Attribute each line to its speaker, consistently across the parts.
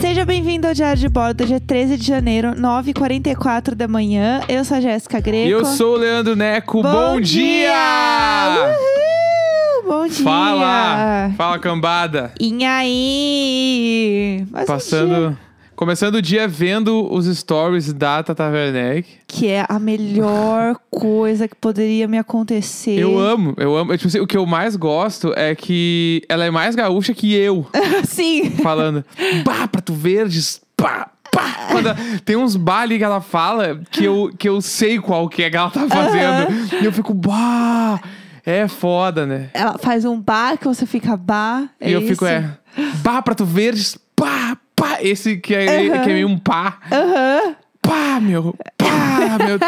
Speaker 1: Seja bem-vindo ao Diário de Bordo, dia 13 de janeiro, 9h44 da manhã. Eu sou a Jéssica Greco.
Speaker 2: Eu sou o Leandro Neco.
Speaker 1: Bom,
Speaker 2: Bom, dia!
Speaker 1: Uhul! Bom dia!
Speaker 2: Fala! Fala, cambada!
Speaker 1: Inhaí! Mais um dia
Speaker 2: Passando. Começando o dia vendo os stories da Tata Werneck.
Speaker 1: que é a melhor coisa que poderia me acontecer.
Speaker 2: Eu amo, eu amo. Eu, tipo assim, o que eu mais gosto é que ela é mais gaúcha que eu,
Speaker 1: Sim!
Speaker 2: falando. bah, Prato Verdes! Pá! Pá! Quando ela- Tem uns baile que ela fala que eu, que eu sei qual que é que ela tá fazendo. E eu fico, bah! É foda, né?
Speaker 1: Ela faz um bar que você fica bar.
Speaker 2: E eu fico,
Speaker 1: isso?
Speaker 2: é. Pá, prato verde, pá, pá. Esse que é, que é meio um pá.
Speaker 1: Aham.
Speaker 2: Pá, meu. Pá, meu. Pá.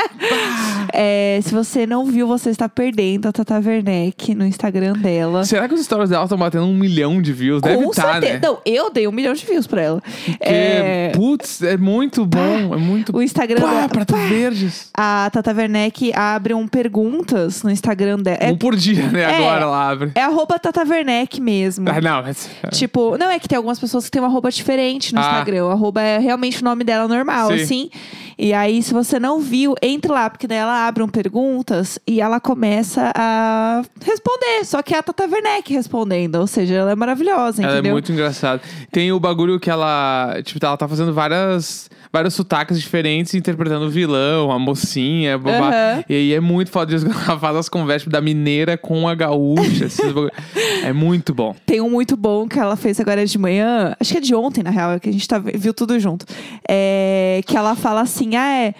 Speaker 1: É, se você não viu, você está perdendo a Tata Werneck no Instagram dela.
Speaker 2: Será que os stories dela estão batendo um milhão de views? Deve
Speaker 1: Com
Speaker 2: estar,
Speaker 1: certeza.
Speaker 2: né?
Speaker 1: Não, eu dei um milhão de views pra ela.
Speaker 2: Porque,
Speaker 1: É,
Speaker 2: putz, é muito bom. É muito.
Speaker 1: o Instagram
Speaker 2: Pá,
Speaker 1: dela.
Speaker 2: prato verdes.
Speaker 1: A Tata Werneck abre um perguntas no Instagram dela. É,
Speaker 2: Um por dia, né?
Speaker 1: É.
Speaker 2: Agora ela abre.
Speaker 1: é arroba Tata Werneck mesmo.
Speaker 2: Ah, não, mas.
Speaker 1: Tipo, não é que tem algumas pessoas que têm uma arroba diferente no
Speaker 2: Ah.
Speaker 1: Instagram. O arroba é realmente o nome dela normal,
Speaker 2: Sim.
Speaker 1: assim. E aí, se você não viu, entre lá, porque daí ela abre um perguntas e ela começa a responder. Só que é a Tata Werneck respondendo. Ou seja, ela é maravilhosa,
Speaker 2: Ela
Speaker 1: entendeu?
Speaker 2: é muito engraçada. Tem o bagulho que ela. Tipo, ela tá fazendo várias. Vários sotaques diferentes, interpretando o vilão, a mocinha, babá.
Speaker 1: Aham.
Speaker 2: E aí é muito foda isso, ela faz as conversas da mineira com a gaúcha. esses bagulho. É muito bom.
Speaker 1: Tem um muito bom que ela fez agora de manhã. Acho que é de ontem, na real, é que a gente tá, viu tudo junto. É, que ela fala assim: ah, é.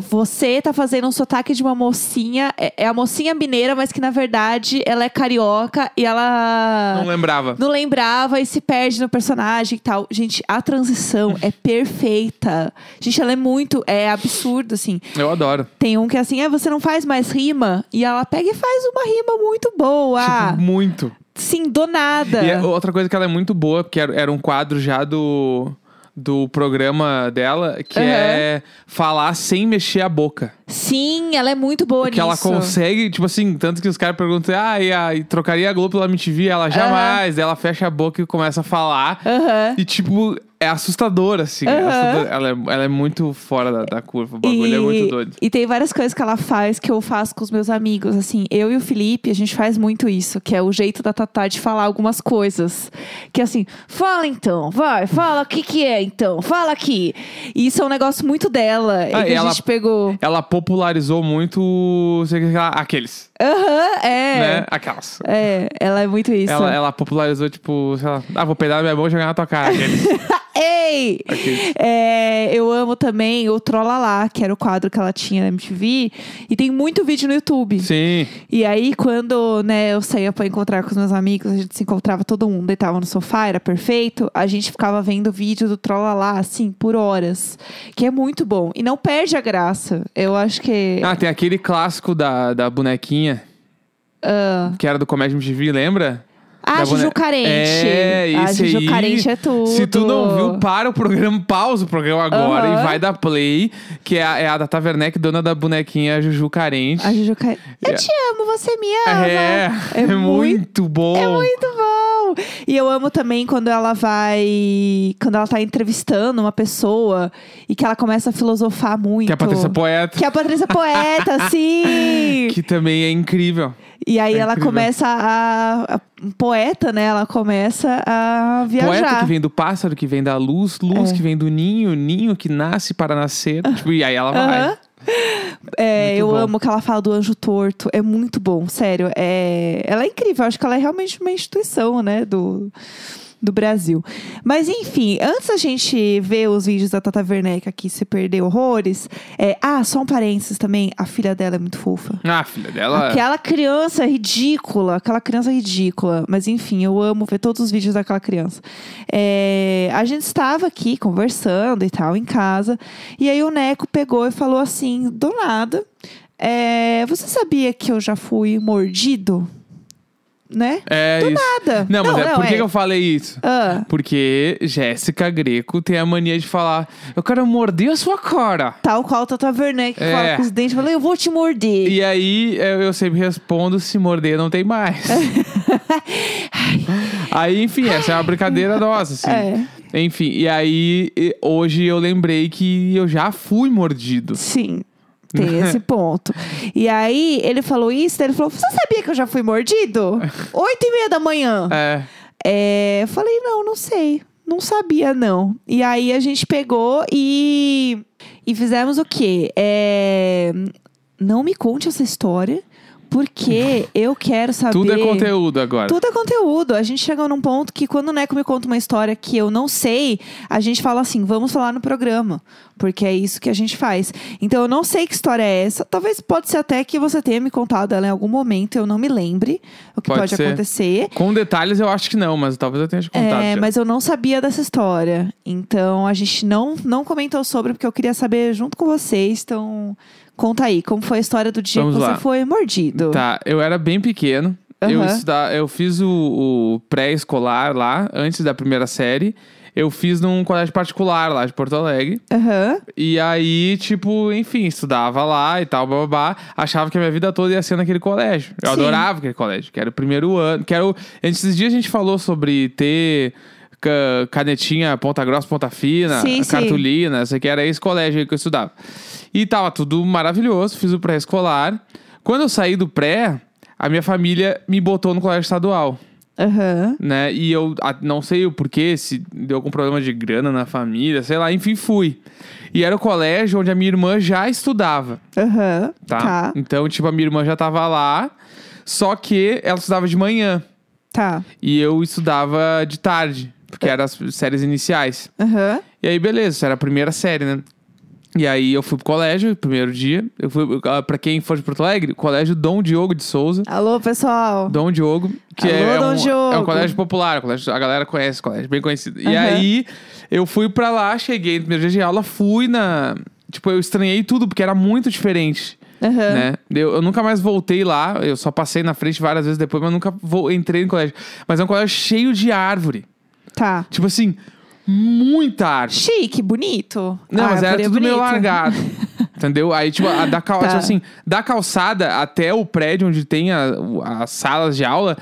Speaker 1: Você tá fazendo um sotaque de uma mocinha. É, é a mocinha mineira, mas que na verdade ela é carioca e ela.
Speaker 2: Não lembrava.
Speaker 1: não lembrava e se perde no personagem e tal. Gente, a transição é perfeita. Gente, ela é muito. É absurdo, assim.
Speaker 2: Eu adoro. Tipo,
Speaker 1: Tem um que é assim, ah, você não faz mais rima? E ela pega e faz uma rima muito boa.
Speaker 2: Tipo, muito.
Speaker 1: Sim, do nada.
Speaker 2: E é outra coisa que ela é muito boa, porque era era um quadro já do. Do programa dela, que
Speaker 1: Aham.
Speaker 2: é falar sem mexer a boca.
Speaker 1: Sim, ela é muito boa
Speaker 2: Tipo Que ela
Speaker 1: nisso.
Speaker 2: consegue, tipo assim, tanto que os caras perguntam, ah, e, a, e trocaria a Globo pela MTV? Ela jamais. Daí Ela fecha a boca e começa a falar.
Speaker 1: Aham.
Speaker 2: E, tipo, é assustador, assim. é
Speaker 1: Aham.
Speaker 2: assustador. Ela, é, ela é muito fora da, da curva. O bagulho é muito doido.
Speaker 1: e tem várias coisas que ela faz que eu faço com os meus amigos. Assim, eu e o Felipe, a gente faz muito isso, que é o jeito da Tatá de falar algumas coisas. Que é assim, fala então, vai, fala o que, que é então, fala aqui. E isso é um negócio muito dela. e
Speaker 2: Ah,
Speaker 1: que
Speaker 2: e
Speaker 1: a
Speaker 2: ela-
Speaker 1: gente pegou.
Speaker 2: Ela popularizou muito sei que, aquela- aqueles,
Speaker 1: Aham, é.
Speaker 2: né? Aquelas.
Speaker 1: É, ela é muito isso.
Speaker 2: Ela, ela popularizou, tipo, sei lá, ah, vou pegar na minha mão e jogar na tua cara. Aqueles.
Speaker 1: Ei!
Speaker 2: Aqueles.
Speaker 1: É, eu amo também o Trola Lá, que era o quadro que ela tinha na MTV. E tem muito vídeo no YouTube.
Speaker 2: Sim.
Speaker 1: E aí, quando né, eu saía pra encontrar com os meus amigos, a gente se encontrava todo mundo e tava no sofá, era perfeito. A gente ficava vendo vídeo do Trola lá, assim, por horas. Que é muito bom. E não perde a graça. Eu acho que.
Speaker 2: Ah, tem aquele clássico da, da bonequinha,
Speaker 1: Ah,
Speaker 2: que era do Comédia MTV, lembra?
Speaker 1: ah,
Speaker 2: da
Speaker 1: Juju
Speaker 2: boneca.
Speaker 1: Carente.
Speaker 2: É,
Speaker 1: ah,
Speaker 2: esse
Speaker 1: Juju
Speaker 2: aí,
Speaker 1: Carente é tudo.
Speaker 2: Se tu não viu, para o programa, pausa o programa agora
Speaker 1: Aham.
Speaker 2: e vai dar play, que é a, é a da Taverneck, dona da bonequinha Juju Carente.
Speaker 1: A Juju Carente. Eu
Speaker 2: É.
Speaker 1: te amo, você me ama.
Speaker 2: é,
Speaker 1: É
Speaker 2: é muito bom.
Speaker 1: É muito bom! E eu amo também quando ela vai. Quando ela tá entrevistando uma pessoa e que ela começa a filosofar muito.
Speaker 2: Que é a Patrícia Poeta,
Speaker 1: Que é a Patrícia Poeta, sim!
Speaker 2: que também é incrível.
Speaker 1: E aí
Speaker 2: é
Speaker 1: ela
Speaker 2: incrível.
Speaker 1: começa a, a- um Poeta, né? Ela começa a
Speaker 2: Poeta
Speaker 1: viajar. É.
Speaker 2: que vem do pássaro, que vem da luz, luz que vem do ninho, ninho que nasce para nascer. Tipo, e aí ela vai.
Speaker 1: Aham. É,
Speaker 2: Muito
Speaker 1: eu
Speaker 2: bom.
Speaker 1: amo que ela fala do anjo torto. É muito bom, sério. É, ela é incrível. Eu acho que ela é realmente uma instituição, né? Do, do Brasil. Mas enfim, antes da gente ver os vídeos da Tata Werneck aqui se perder horrores. é, ah, só um parênteses também. A filha dela é muito fofa.
Speaker 2: Ah, filha dela.
Speaker 1: Aquela criança ridícula, aquela criança ridícula. Mas enfim, eu amo ver todos os vídeos daquela criança. É, a gente estava aqui conversando e tal, em casa. E aí o Neco pegou e falou assim, do nada. é, você sabia que eu já fui mordido? Né?
Speaker 2: É isso.
Speaker 1: Nada.
Speaker 2: Não, mas é, por que
Speaker 1: é.
Speaker 2: que eu falei isso?
Speaker 1: Ah,
Speaker 2: Porque Jéssica Greco tem a mania de falar: Eu quero morder a sua cara.
Speaker 1: tal qual Tata Werneck que
Speaker 2: É.
Speaker 1: fala com os dentes, fala, eu vou te morder.
Speaker 2: E aí é, eu eu sempre respondo: se morder, não tem mais. aí, enfim, essa é uma brincadeira nossa, assim.
Speaker 1: É.
Speaker 2: Enfim, e aí e- hoje eu lembrei que eu já fui mordido.
Speaker 1: Sim. Tem esse ponto. E aí, ele falou isso, daí ele falou: Você sabia que eu já fui mordido? Oito e meia da manhã.
Speaker 2: É.
Speaker 1: É, eu falei, não, não sei. Não sabia, não. E aí a gente pegou e, e fizemos o quê? É, não me conte essa história, porque eu quero saber.
Speaker 2: Tudo é conteúdo agora.
Speaker 1: Tudo é conteúdo. A gente chega num ponto que quando o Neco me conta uma história que eu não sei, a gente fala assim, vamos falar no programa. Porque é isso que a gente faz. Então eu não sei que história é essa. Talvez pode ser até que você tenha me contado ela em algum momento, eu não me lembre o que
Speaker 2: Pode
Speaker 1: pode
Speaker 2: ser.
Speaker 1: acontecer.
Speaker 2: Com detalhes eu acho que não, mas talvez eu tenha te contado.
Speaker 1: É,
Speaker 2: já.
Speaker 1: mas eu não sabia dessa história. Então a gente não, não comentou sobre, porque eu queria saber junto com vocês. Então, conta aí, como foi a história do dia
Speaker 2: Vamos
Speaker 1: que você
Speaker 2: lá.
Speaker 1: foi mordido?
Speaker 2: Tá, eu era bem pequeno. Eu,
Speaker 1: Aham.
Speaker 2: estuda, eu fiz o, o pré-escolar lá, antes da primeira série. Eu fiz num colégio particular lá de Porto Alegre.
Speaker 1: Aham.
Speaker 2: E aí, tipo, enfim, estudava lá e tal, babá. Achava que a minha vida toda ia ser naquele colégio. Eu
Speaker 1: Sim.
Speaker 2: adorava aquele colégio, que era o primeiro ano. Que era o... Esses dias a gente falou sobre ter ca- canetinha ponta grossa, ponta fina,
Speaker 1: Sim, sim.
Speaker 2: cartolina, isso aqui era esse colégio aí que eu estudava. E tava tudo maravilhoso, fiz o pré-escolar. Quando eu saí do pré, a minha família me botou no colégio estadual
Speaker 1: Aham.
Speaker 2: né? E eu a- não sei o porquê, se deu algum problema de grana na família, sei lá, enfim, fui. E era o colégio onde a minha irmã já estudava,
Speaker 1: Aham.
Speaker 2: tá?
Speaker 1: Tá.
Speaker 2: Então, tipo, a minha irmã já tava lá, só que ela estudava de manhã
Speaker 1: Tá.
Speaker 2: e eu estudava de tarde, porque eram as séries iniciais.
Speaker 1: Aham.
Speaker 2: E aí, beleza, isso era a primeira série, né? E aí eu fui pro colégio, primeiro dia. Eu fui, ah, pra quem for de Porto Alegre, colégio Dom Diogo de Souza.
Speaker 1: Alô, pessoal.
Speaker 2: Dom Diogo, que
Speaker 1: Alô,
Speaker 2: é,
Speaker 1: Dom
Speaker 2: um,
Speaker 1: Diogo.
Speaker 2: é um colégio popular, um colégio- a galera conhece, colégio bem conhecido. E
Speaker 1: Aham.
Speaker 2: aí, eu fui pra lá, cheguei no primeiro dia de aula, fui na. Tipo, eu estranhei tudo, porque era muito diferente,
Speaker 1: Aham.
Speaker 2: né? Eu, eu nunca mais voltei lá, eu só passei na frente várias vezes depois, mas nunca vou, entrei no colégio. Mas é um colégio cheio de árvore.
Speaker 1: Tá.
Speaker 2: Tipo assim, muita árvore.
Speaker 1: Chique, bonito.
Speaker 2: Não, mas era
Speaker 1: Árvore é
Speaker 2: tudo meio
Speaker 1: bonita.
Speaker 2: largado. Entendeu? Aí, tipo, a da cal...
Speaker 1: Tá.
Speaker 2: tipo assim, da calçada até o prédio onde tem a- o- as salas de aula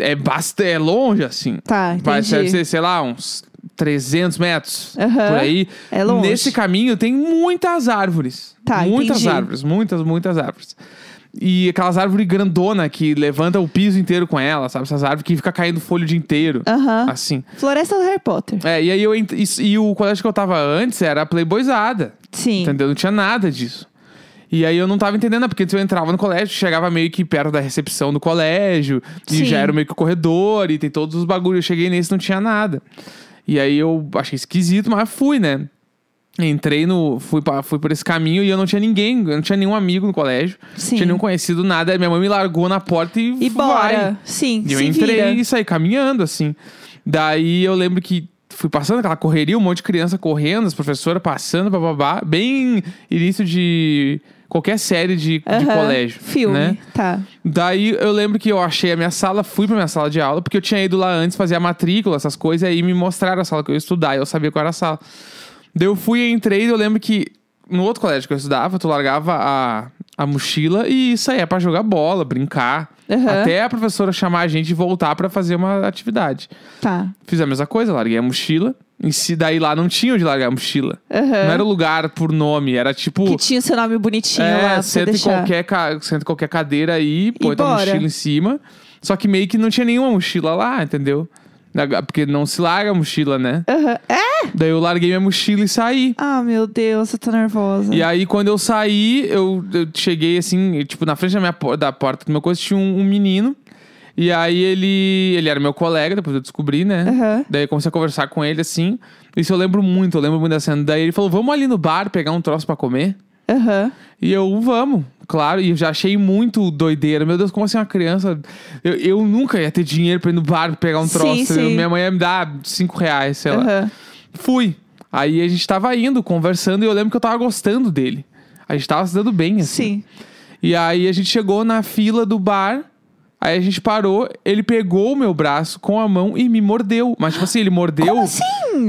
Speaker 2: é, bast... é longe, assim.
Speaker 1: Tá, entendi.
Speaker 2: Vai, deve ser, sei lá, uns 300 metros
Speaker 1: Aham.
Speaker 2: por aí.
Speaker 1: É longe.
Speaker 2: Nesse caminho tem muitas árvores.
Speaker 1: Tá,
Speaker 2: muitas
Speaker 1: entendi.
Speaker 2: árvores, muitas, muitas árvores. E aquelas árvores grandona que levanta o piso inteiro com ela, sabe? Essas árvores que fica caindo folha o dia inteiro.
Speaker 1: Aham.
Speaker 2: Assim.
Speaker 1: Floresta do Harry Potter.
Speaker 2: É, e aí eu ent... e, e o colégio que eu tava antes era Playboyzada.
Speaker 1: Sim.
Speaker 2: Entendeu? Não tinha nada disso. E aí eu não tava entendendo, né? porque antes eu entrava no colégio, chegava meio que perto da recepção do colégio,
Speaker 1: Sim.
Speaker 2: e já era meio que o corredor, e tem todos os bagulhos. Eu cheguei nesse não tinha nada. E aí eu achei esquisito, mas fui, né? Entrei no. Fui, pa- fui por esse caminho e eu não tinha ninguém, eu não tinha nenhum amigo no colégio,
Speaker 1: Sim.
Speaker 2: não tinha nenhum conhecido, nada. Minha mãe me largou na porta e.
Speaker 1: E
Speaker 2: vai.
Speaker 1: bora. Sim,
Speaker 2: E eu
Speaker 1: se
Speaker 2: entrei
Speaker 1: vira.
Speaker 2: e saí caminhando, assim. Daí eu lembro que fui passando aquela correria, um monte de criança correndo, as professoras passando, bababá. Bem início de qualquer série de, de
Speaker 1: Aham.
Speaker 2: colégio.
Speaker 1: Filme.
Speaker 2: Né?
Speaker 1: Tá.
Speaker 2: Daí eu lembro que eu achei a minha sala, fui pra minha sala de aula, porque eu tinha ido lá antes fazer a matrícula, essas coisas, e aí me mostraram a sala que eu ia estudar, e eu sabia qual era a sala. Daí eu fui, entrei, e eu lembro que no outro colégio que eu estudava, tu largava a, a mochila e saía pra jogar bola, brincar.
Speaker 1: Aham.
Speaker 2: Até a professora chamar a gente e voltar pra fazer uma atividade.
Speaker 1: Tá.
Speaker 2: Fiz a mesma coisa, larguei a mochila. E se daí lá não tinha onde largar a mochila. Não era o lugar por nome, era tipo.
Speaker 1: Que tinha o seu nome bonitinho
Speaker 2: É,
Speaker 1: lá pra você
Speaker 2: senta em,
Speaker 1: deixar.
Speaker 2: qualquer, ca- senta em qualquer cadeira aí, põe tua
Speaker 1: bora.
Speaker 2: mochila em cima. Só que meio que não tinha nenhuma mochila lá, entendeu? Na- Porque não se larga a mochila, né?
Speaker 1: Aham. É?
Speaker 2: Daí eu larguei minha mochila e saí.
Speaker 1: Ah, meu Deus, eu tô nervosa.
Speaker 2: E aí, quando eu saí, eu, eu cheguei assim, e, tipo, na frente da, minha, por- da porta do meu coisa tinha um, um menino. E aí ele. Ele era meu colega, depois eu descobri, né?
Speaker 1: Aham.
Speaker 2: Daí eu comecei a conversar com ele assim. Isso eu lembro muito, eu lembro muito da cena. Daí ele falou: vamos ali no bar pegar um troço pra comer.
Speaker 1: Aham.
Speaker 2: E eu, vamos, claro, e eu já achei muito doideira. Meu Deus, como assim uma criança? Eu, eu nunca ia ter dinheiro pra ir no bar pegar um
Speaker 1: Sim,
Speaker 2: troço.
Speaker 1: sim.
Speaker 2: Minha mãe ia me dar cinco reais, sei lá.
Speaker 1: Aham.
Speaker 2: Fui. Aí a gente tava indo, conversando, e eu lembro que eu tava gostando dele. A gente tava se dando bem, assim.
Speaker 1: Sim.
Speaker 2: E aí a gente chegou na fila do bar, aí a gente parou, ele pegou o meu braço com a mão e me mordeu. Mas, tipo assim, ele mordeu
Speaker 1: Como assim?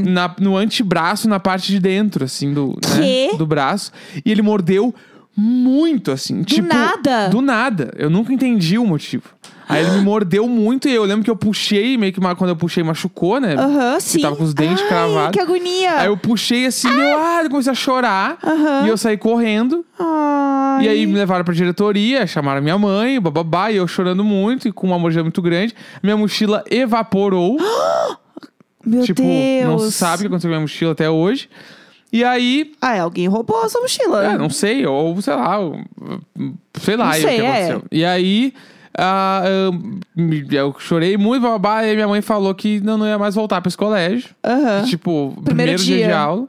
Speaker 2: na- no antebraço, na parte de dentro, assim, do, né,
Speaker 1: Quê?
Speaker 2: do braço. E ele mordeu muito, assim. Do tipo,
Speaker 1: nada?
Speaker 2: Do nada. Eu nunca entendi o motivo. Aí ele me mordeu muito e eu lembro que eu puxei, meio que ma- quando eu puxei machucou, né?
Speaker 1: Aham, sim.
Speaker 2: tava com os dentes
Speaker 1: Ai,
Speaker 2: cravados.
Speaker 1: que agonia.
Speaker 2: Aí eu puxei assim, eu, ah, eu comecei a chorar.
Speaker 1: Aham.
Speaker 2: E eu saí correndo.
Speaker 1: Ai.
Speaker 2: E aí me levaram pra diretoria, chamaram minha mãe, bababá, e eu chorando muito e com uma mochila muito grande. Minha mochila evaporou.
Speaker 1: Meu
Speaker 2: tipo,
Speaker 1: Deus.
Speaker 2: não se sabe o que aconteceu com minha mochila até hoje. E aí,
Speaker 1: Ah, é, alguém roubou a sua mochila. né?
Speaker 2: é, não sei, ou sei lá, ou, sei
Speaker 1: Tá.
Speaker 2: lá
Speaker 1: Não
Speaker 2: aí o
Speaker 1: sei,
Speaker 2: que
Speaker 1: é.
Speaker 2: aconteceu. E aí, ah, eu, eu chorei muito, babá, e minha mãe falou que não, não ia mais voltar pra esse colégio.
Speaker 1: Aham.
Speaker 2: Tipo, primeiro, dia.
Speaker 1: dia.
Speaker 2: de aula.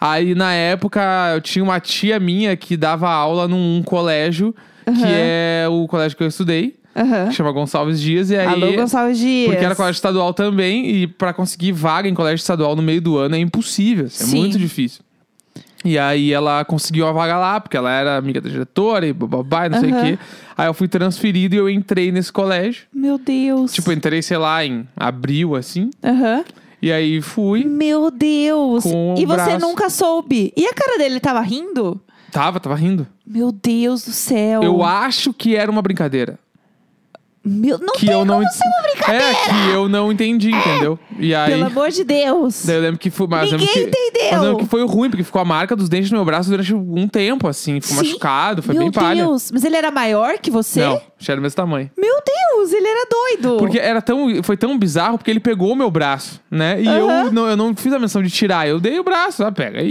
Speaker 2: Aí, na época, eu tinha uma tia minha que dava aula num um colégio,
Speaker 1: Aham.
Speaker 2: que é o colégio que eu estudei,
Speaker 1: Aham.
Speaker 2: que chama Gonçalves Dias. E aí,
Speaker 1: Alô, Gonçalves Dias.
Speaker 2: porque era colégio estadual também, e pra conseguir vaga em colégio estadual no meio do ano é impossível, assim,
Speaker 1: Sim.
Speaker 2: é muito difícil. E aí ela conseguiu a vaga lá, porque ela era amiga da diretora e bababá, e não sei o
Speaker 1: Aham.
Speaker 2: quê. Aí eu fui transferido e eu entrei nesse colégio.
Speaker 1: Meu Deus.
Speaker 2: Tipo, eu entrei, sei lá, em abril, assim.
Speaker 1: Aham.
Speaker 2: E aí fui.
Speaker 1: Meu Deus.
Speaker 2: Com o
Speaker 1: e você
Speaker 2: braço.
Speaker 1: nunca soube. E a cara dele tava rindo?
Speaker 2: Tava, tava rindo.
Speaker 1: Meu Deus do céu.
Speaker 2: Eu acho que era uma brincadeira.
Speaker 1: Meu, não
Speaker 2: que
Speaker 1: tem
Speaker 2: eu não
Speaker 1: como
Speaker 2: ent-
Speaker 1: ser uma brincadeira.
Speaker 2: É, que eu não entendi, entendeu? E aí.
Speaker 1: Pelo amor de Deus.
Speaker 2: Daí eu lembro que foi. Mas eu lembro
Speaker 1: Ninguém
Speaker 2: que,
Speaker 1: entendeu.
Speaker 2: Mas eu lembro que foi ruim, porque ficou a marca dos dentes no meu braço durante um tempo, assim. Ficou
Speaker 1: Sim.
Speaker 2: machucado, foi
Speaker 1: Meu
Speaker 2: bem palha.
Speaker 1: Deus. Mas ele era maior que você?
Speaker 2: Não, já era do mesmo tamanho.
Speaker 1: Meu Deus, ele era doido.
Speaker 2: Porque era tão, foi tão bizarro, porque ele pegou o meu braço, né? E
Speaker 1: Aham.
Speaker 2: eu, não, eu não fiz a menção de tirar, eu dei o braço, ah, pega. aí.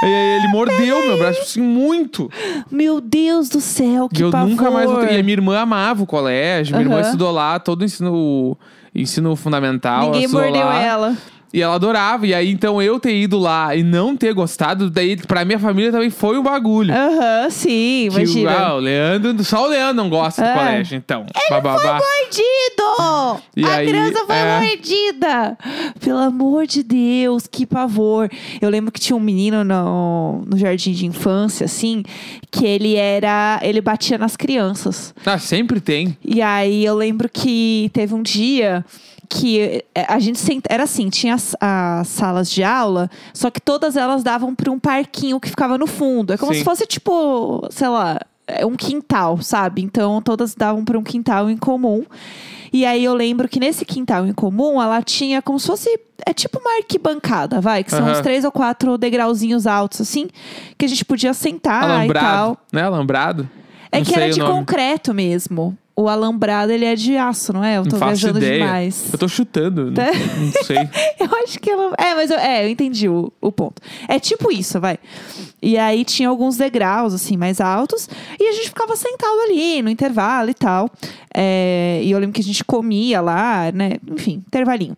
Speaker 2: E aí ele mordeu meu braço, assim, muito.
Speaker 1: Meu Deus do céu, que
Speaker 2: eu
Speaker 1: pavor.
Speaker 2: nunca mais voltei. E a minha irmã amava o colégio, minha irmã
Speaker 1: Aham.
Speaker 2: estudou lá, todo o ensino, ensino fundamental. ela
Speaker 1: Ninguém
Speaker 2: estudou
Speaker 1: mordeu
Speaker 2: lá.
Speaker 1: ela.
Speaker 2: E ela adorava. E aí, então, eu ter ido lá e não ter gostado, daí, pra minha família também foi um bagulho.
Speaker 1: Aham, sim,
Speaker 2: Que,
Speaker 1: Ah, imagina.
Speaker 2: ah, o Leandro, só o Leandro não gosta
Speaker 1: É.
Speaker 2: do colégio, então. Bababá.
Speaker 1: Mordido!
Speaker 2: E
Speaker 1: a
Speaker 2: aí,
Speaker 1: criança foi
Speaker 2: é.
Speaker 1: mordida! Pelo amor de Deus, que pavor! Eu lembro que tinha um menino no, no jardim de infância, assim, que ele era. Ele batia nas crianças.
Speaker 2: Ah, sempre tem.
Speaker 1: E aí eu lembro que teve um dia que eh, a gente sent... era assim, tinha as, as salas de aula, só que todas elas davam para um parquinho que ficava no fundo. É como
Speaker 2: Sim.
Speaker 1: se fosse tipo, sei lá, é um quintal, sabe? Então todas davam para um quintal em comum. E aí eu lembro que nesse quintal em comum, ela tinha como se fosse é tipo uma arquibancada, vai, que são
Speaker 2: Aham.
Speaker 1: uns três ou quatro degrauzinhos altos assim, que a gente podia sentar Ah, e tal.
Speaker 2: Alambrado. Né? Alambrado?
Speaker 1: É
Speaker 2: não
Speaker 1: que
Speaker 2: sei
Speaker 1: era
Speaker 2: o
Speaker 1: de
Speaker 2: nome.
Speaker 1: concreto mesmo. O alambrado, ele é de aço, não é? Eu tô
Speaker 2: não faço
Speaker 1: viajando
Speaker 2: ideia.
Speaker 1: demais.
Speaker 2: Eu tô chutando.
Speaker 1: Tá.
Speaker 2: Não, não sei.
Speaker 1: Eu acho que ela. É, mas eu, é, eu entendi o, o ponto. É tipo isso, vai. E aí tinha alguns degraus, assim, mais altos. E a gente ficava sentado ali, no intervalo e tal. É, e eu lembro que a gente comia lá, né? Enfim, intervalinho.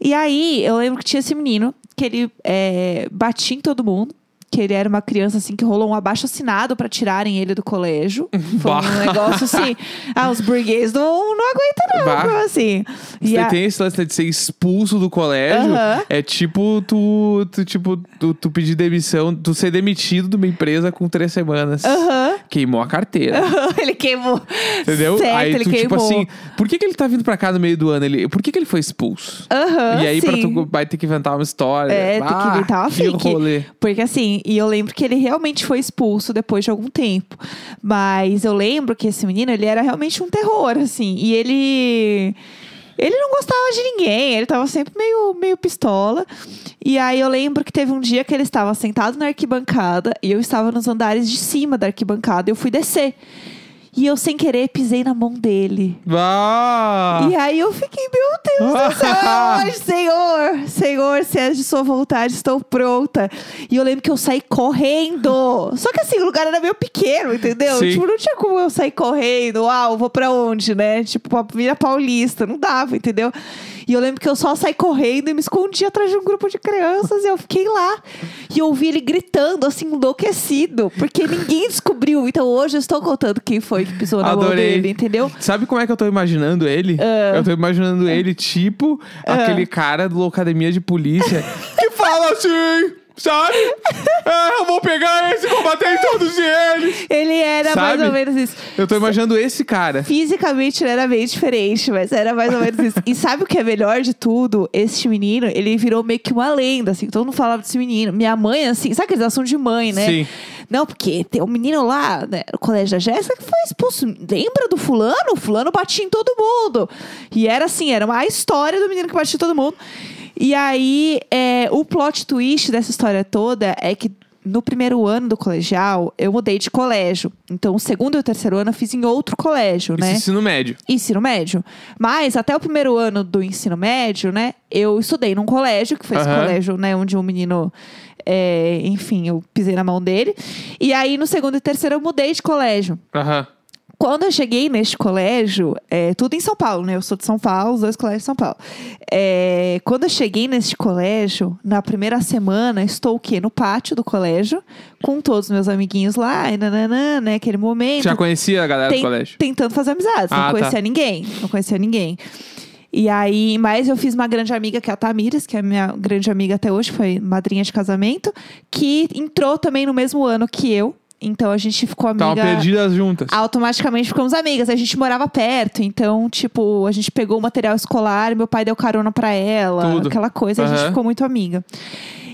Speaker 1: E aí eu lembro que tinha esse menino que ele é, batia em todo mundo. Que ele era uma criança, assim, que rolou um abaixo-assinado pra tirarem ele do colégio. Foi
Speaker 2: Bah.
Speaker 1: um negócio assim. Ah, os burguês não, não aguentam, não,
Speaker 2: Bah.
Speaker 1: assim. E
Speaker 2: Você
Speaker 1: a-
Speaker 2: tem esse lance de ser expulso do colégio.
Speaker 1: Aham.
Speaker 2: É tipo tu, tu, tipo, tu, tu pedir demissão, tu ser demitido de uma empresa com três semanas.
Speaker 1: Aham.
Speaker 2: Queimou a carteira.
Speaker 1: ele queimou.
Speaker 2: Entendeu?
Speaker 1: Certo,
Speaker 2: aí
Speaker 1: ele
Speaker 2: tu, tipo
Speaker 1: queimou.
Speaker 2: assim, por que, que ele tá vindo pra cá no meio do ano? Ele, por que, que ele foi expulso?
Speaker 1: Aham,
Speaker 2: e aí, pra
Speaker 1: Ah, sim.
Speaker 2: tu vai ter que inventar uma história.
Speaker 1: É, tem que
Speaker 2: Ah,
Speaker 1: inventar uma
Speaker 2: que
Speaker 1: fique.
Speaker 2: rolê.
Speaker 1: Porque assim, e eu lembro que ele realmente foi expulso depois de algum tempo. Mas eu lembro que esse menino, ele era realmente um terror, assim. E ele. Ele não gostava de ninguém, ele tava sempre meio, meio pistola. E aí eu lembro que teve um dia que ele estava sentado na arquibancada e eu estava nos andares de cima da arquibancada e eu fui descer. E eu, sem querer, pisei na mão dele.
Speaker 2: Ah!
Speaker 1: E aí eu fiquei, meu Deus do céu, Senhor, Senhor, se é de sua vontade, estou pronta. E eu lembro que eu saí correndo. Só que assim, o lugar era meio pequeno, entendeu?
Speaker 2: Sim.
Speaker 1: Tipo, não tinha como eu sair correndo. Uau, vou pra onde, né? Tipo, pra Vila Paulista, não dava, entendeu? E eu lembro que eu só saí correndo e me escondi atrás de um grupo de crianças e eu fiquei lá. E eu ouvi ele gritando, assim, enlouquecido, porque ninguém descobriu. Então hoje eu estou contando quem foi que pisou na mão
Speaker 2: Adorei.
Speaker 1: dele, entendeu? Ah.
Speaker 2: Sabe como é que eu tô imaginando ele? Eu tô imaginando ele tipo aquele cara do Locademia de Polícia que fala assim: Sabe? É, eu vou pegar esse e combater todos eles.
Speaker 1: Ele era mais
Speaker 2: Sabe?
Speaker 1: ou menos isso.
Speaker 2: Eu tô imaginando esse cara.
Speaker 1: Fisicamente ele era meio diferente, mas era mais ou menos isso. E sabe o que é melhor de tudo? Este menino, ele virou meio que uma lenda, assim. Todo mundo falava desse menino. Minha mãe, assim, sabe aqueles assuntos de mãe, né?
Speaker 2: Sim.
Speaker 1: Não, porque tem um menino lá, né, no colégio da Jéssica, que foi expulso. Lembra do fulano? O fulano batia em todo mundo. E era assim, era uma história do menino que batia em todo mundo. E aí, é, o plot twist dessa história toda é que no primeiro ano do colegial, eu mudei de colégio. Então, o segundo e o terceiro ano eu fiz em outro colégio,
Speaker 2: Esse
Speaker 1: né?
Speaker 2: ensino médio.
Speaker 1: ensino médio. Mas até o primeiro ano do ensino médio, né? Eu estudei num colégio, que foi esse
Speaker 2: Aham.
Speaker 1: colégio, né? Onde um menino. é, enfim, eu pisei na mão dele. E aí, no segundo e terceiro, eu mudei de colégio.
Speaker 2: Aham.
Speaker 1: Quando eu cheguei neste colégio, é, tudo em São Paulo, né? Eu sou de São Paulo, os dois colégios de São Paulo. É, quando eu cheguei neste colégio, na primeira semana, estou o quê? No pátio do colégio, com todos os meus amiguinhos lá, e nananã, né? Aquele momento.
Speaker 2: Já conhecia a galera do
Speaker 1: Ten-
Speaker 2: colégio?
Speaker 1: Tentando fazer amizades.
Speaker 2: Ah, tá.
Speaker 1: não conhecia ninguém. Não conhecia ninguém. E aí, mas eu fiz uma grande amiga, que é a Tamires, que é minha grande amiga até hoje, foi madrinha de casamento, que entrou também no mesmo ano que eu. Então a gente ficou amiga.
Speaker 2: Estavam perdidas juntas.
Speaker 1: Automaticamente ficamos amigas. A gente morava perto, então, tipo, a gente pegou o material escolar, meu pai deu carona pra ela,
Speaker 2: Tudo.
Speaker 1: aquela coisa, a
Speaker 2: Aham.
Speaker 1: gente ficou muito amiga.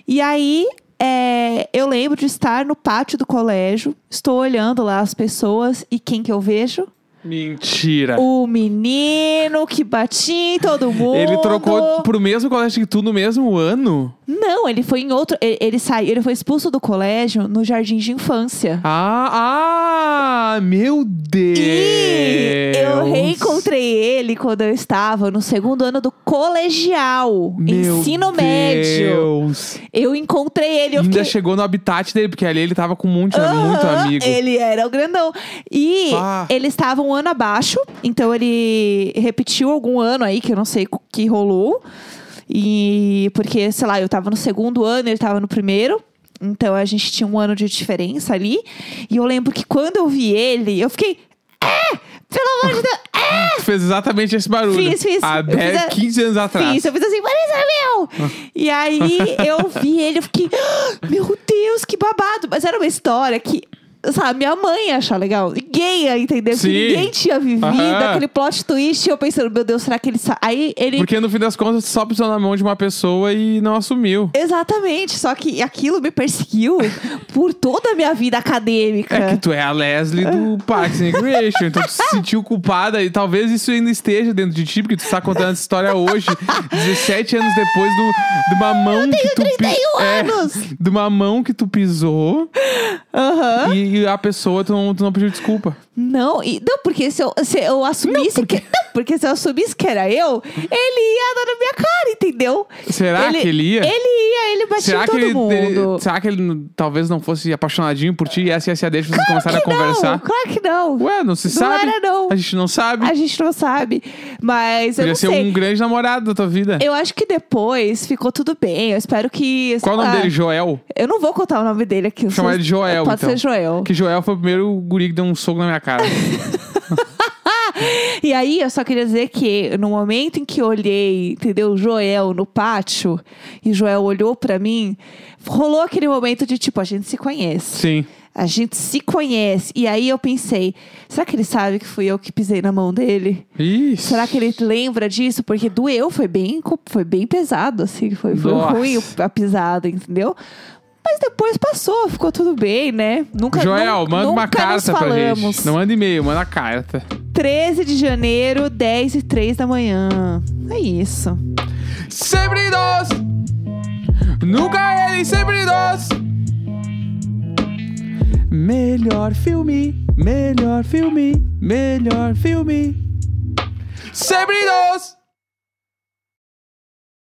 Speaker 1: E aí, é, eu lembro de estar no pátio do colégio, estou olhando lá as pessoas e quem que eu vejo?
Speaker 2: Mentira.
Speaker 1: O menino que batia em todo mundo.
Speaker 2: Ele trocou pro mesmo colégio que tu no mesmo ano?
Speaker 1: Não, ele foi em outro. Ele, ele saiu, ele foi expulso do colégio no jardim de infância.
Speaker 2: Ah, ah, meu Deus!
Speaker 1: E eu reencontrei ele quando eu estava no segundo ano do colegial,
Speaker 2: Meu
Speaker 1: ensino
Speaker 2: Deus.
Speaker 1: médio. Eu encontrei ele, eu
Speaker 2: Ainda
Speaker 1: fiquei.
Speaker 2: chegou no habitat dele, porque ali ele tava com um monte de muito
Speaker 1: Aham, é.
Speaker 2: amigo. Ah.
Speaker 1: Ele era o grandão. E
Speaker 2: Pá.
Speaker 1: ele estava um ano abaixo, então ele repetiu algum ano aí, que eu não sei o que rolou. E porque, sei lá, eu tava no segundo ano, ele tava no primeiro. Então a gente tinha um ano de diferença ali. E eu lembro que quando eu vi ele, eu fiquei. "Ah! Pelo amor de Deus!
Speaker 2: Tu fez exatamente esse barulho.
Speaker 1: Fiz, fiz.
Speaker 2: Há
Speaker 1: Eu
Speaker 2: 10,
Speaker 1: fiz a-
Speaker 2: 15 anos atrás.
Speaker 1: Fiz, eu fiz assim, Marisa, meu! e aí eu vi ele, eu fiquei, "Ah, meu Deus, que babado! Mas era uma história que, sabe, minha mãe ia achar legal. Ninguém ia entender, porque
Speaker 2: Sim.
Speaker 1: ninguém tinha vivido
Speaker 2: Aham.
Speaker 1: aquele plot twist. E eu pensando, meu Deus, será que ele. sa-" Aí ele.
Speaker 2: Porque no fim das contas, só pisou na mão de uma pessoa e não assumiu.
Speaker 1: Exatamente, só que aquilo me perseguiu por toda a minha vida acadêmica.
Speaker 2: É que tu é a Leslie do
Speaker 1: É.
Speaker 2: Parks and Recreation, então tu se sentiu culpada e talvez isso ainda esteja dentro de ti, porque tu tá contando essa história hoje, 17 anos depois do, de uma mão que tu pi-
Speaker 1: 31
Speaker 2: é,
Speaker 1: anos!
Speaker 2: de uma mão que tu pisou
Speaker 1: Aham.
Speaker 2: e, e a pessoa tu não, tu não pediu desculpa.
Speaker 1: Não, e, não, porque se eu, se eu assumisse que. Não, porque se eu assumisse que era eu, ele ia dar na minha cara, entendeu?
Speaker 2: Será que ele ia?
Speaker 1: Ele ia, ele batia
Speaker 2: Será
Speaker 1: em todo
Speaker 2: que ele,
Speaker 1: mundo.
Speaker 2: ele- será que ele n- talvez não fosse apaixonadinho por ti e essa ia ser a deixa pra vocês começarem a
Speaker 1: que
Speaker 2: conversar?
Speaker 1: Não, claro que não.
Speaker 2: Ué, não se
Speaker 1: Não
Speaker 2: sabe?
Speaker 1: era, não.
Speaker 2: A gente não sabe.
Speaker 1: A gente não sabe. Mas eu
Speaker 2: Podia
Speaker 1: não
Speaker 2: ser
Speaker 1: sei.
Speaker 2: um grande namorado da tua vida.
Speaker 1: Eu acho que depois ficou tudo bem. Eu espero que. sei
Speaker 2: Qual o nome
Speaker 1: lá.
Speaker 2: dele? Joel?
Speaker 1: Eu não vou contar o nome dele aqui. eu
Speaker 2: Chamar
Speaker 1: sou-
Speaker 2: ele de Joel,
Speaker 1: Pode
Speaker 2: então.
Speaker 1: ser Joel.
Speaker 2: Que Joel foi o primeiro guri que deu um soco na minha cara.
Speaker 1: E aí, eu só queria dizer que no momento em que eu olhei, entendeu, Joel no pátio, e Joel olhou pra mim, rolou aquele momento de tipo, a gente se conhece.
Speaker 2: Sim.
Speaker 1: A gente se conhece. E aí eu pensei, será que ele sabe que fui eu que pisei na mão dele?
Speaker 2: Isso.
Speaker 1: Será que ele lembra disso? Porque doeu, foi bem, co- foi bem pesado, assim, foi, foi
Speaker 2: Nossa.
Speaker 1: ruim a pisada, entendeu? Mas depois passou, ficou tudo bem, né? Nunca
Speaker 2: Joel,
Speaker 1: nun-
Speaker 2: manda uma
Speaker 1: nunca nos
Speaker 2: carta pra
Speaker 1: falamos.
Speaker 2: gente. Não é- manda e-mail, manda carta.
Speaker 1: 13 de janeiro, 10 e 3 da manhã. É isso.
Speaker 2: Sempre nós! Nunca ele, sempre nós! Melhor filme, melhor filme, melhor filme. Sempre nós!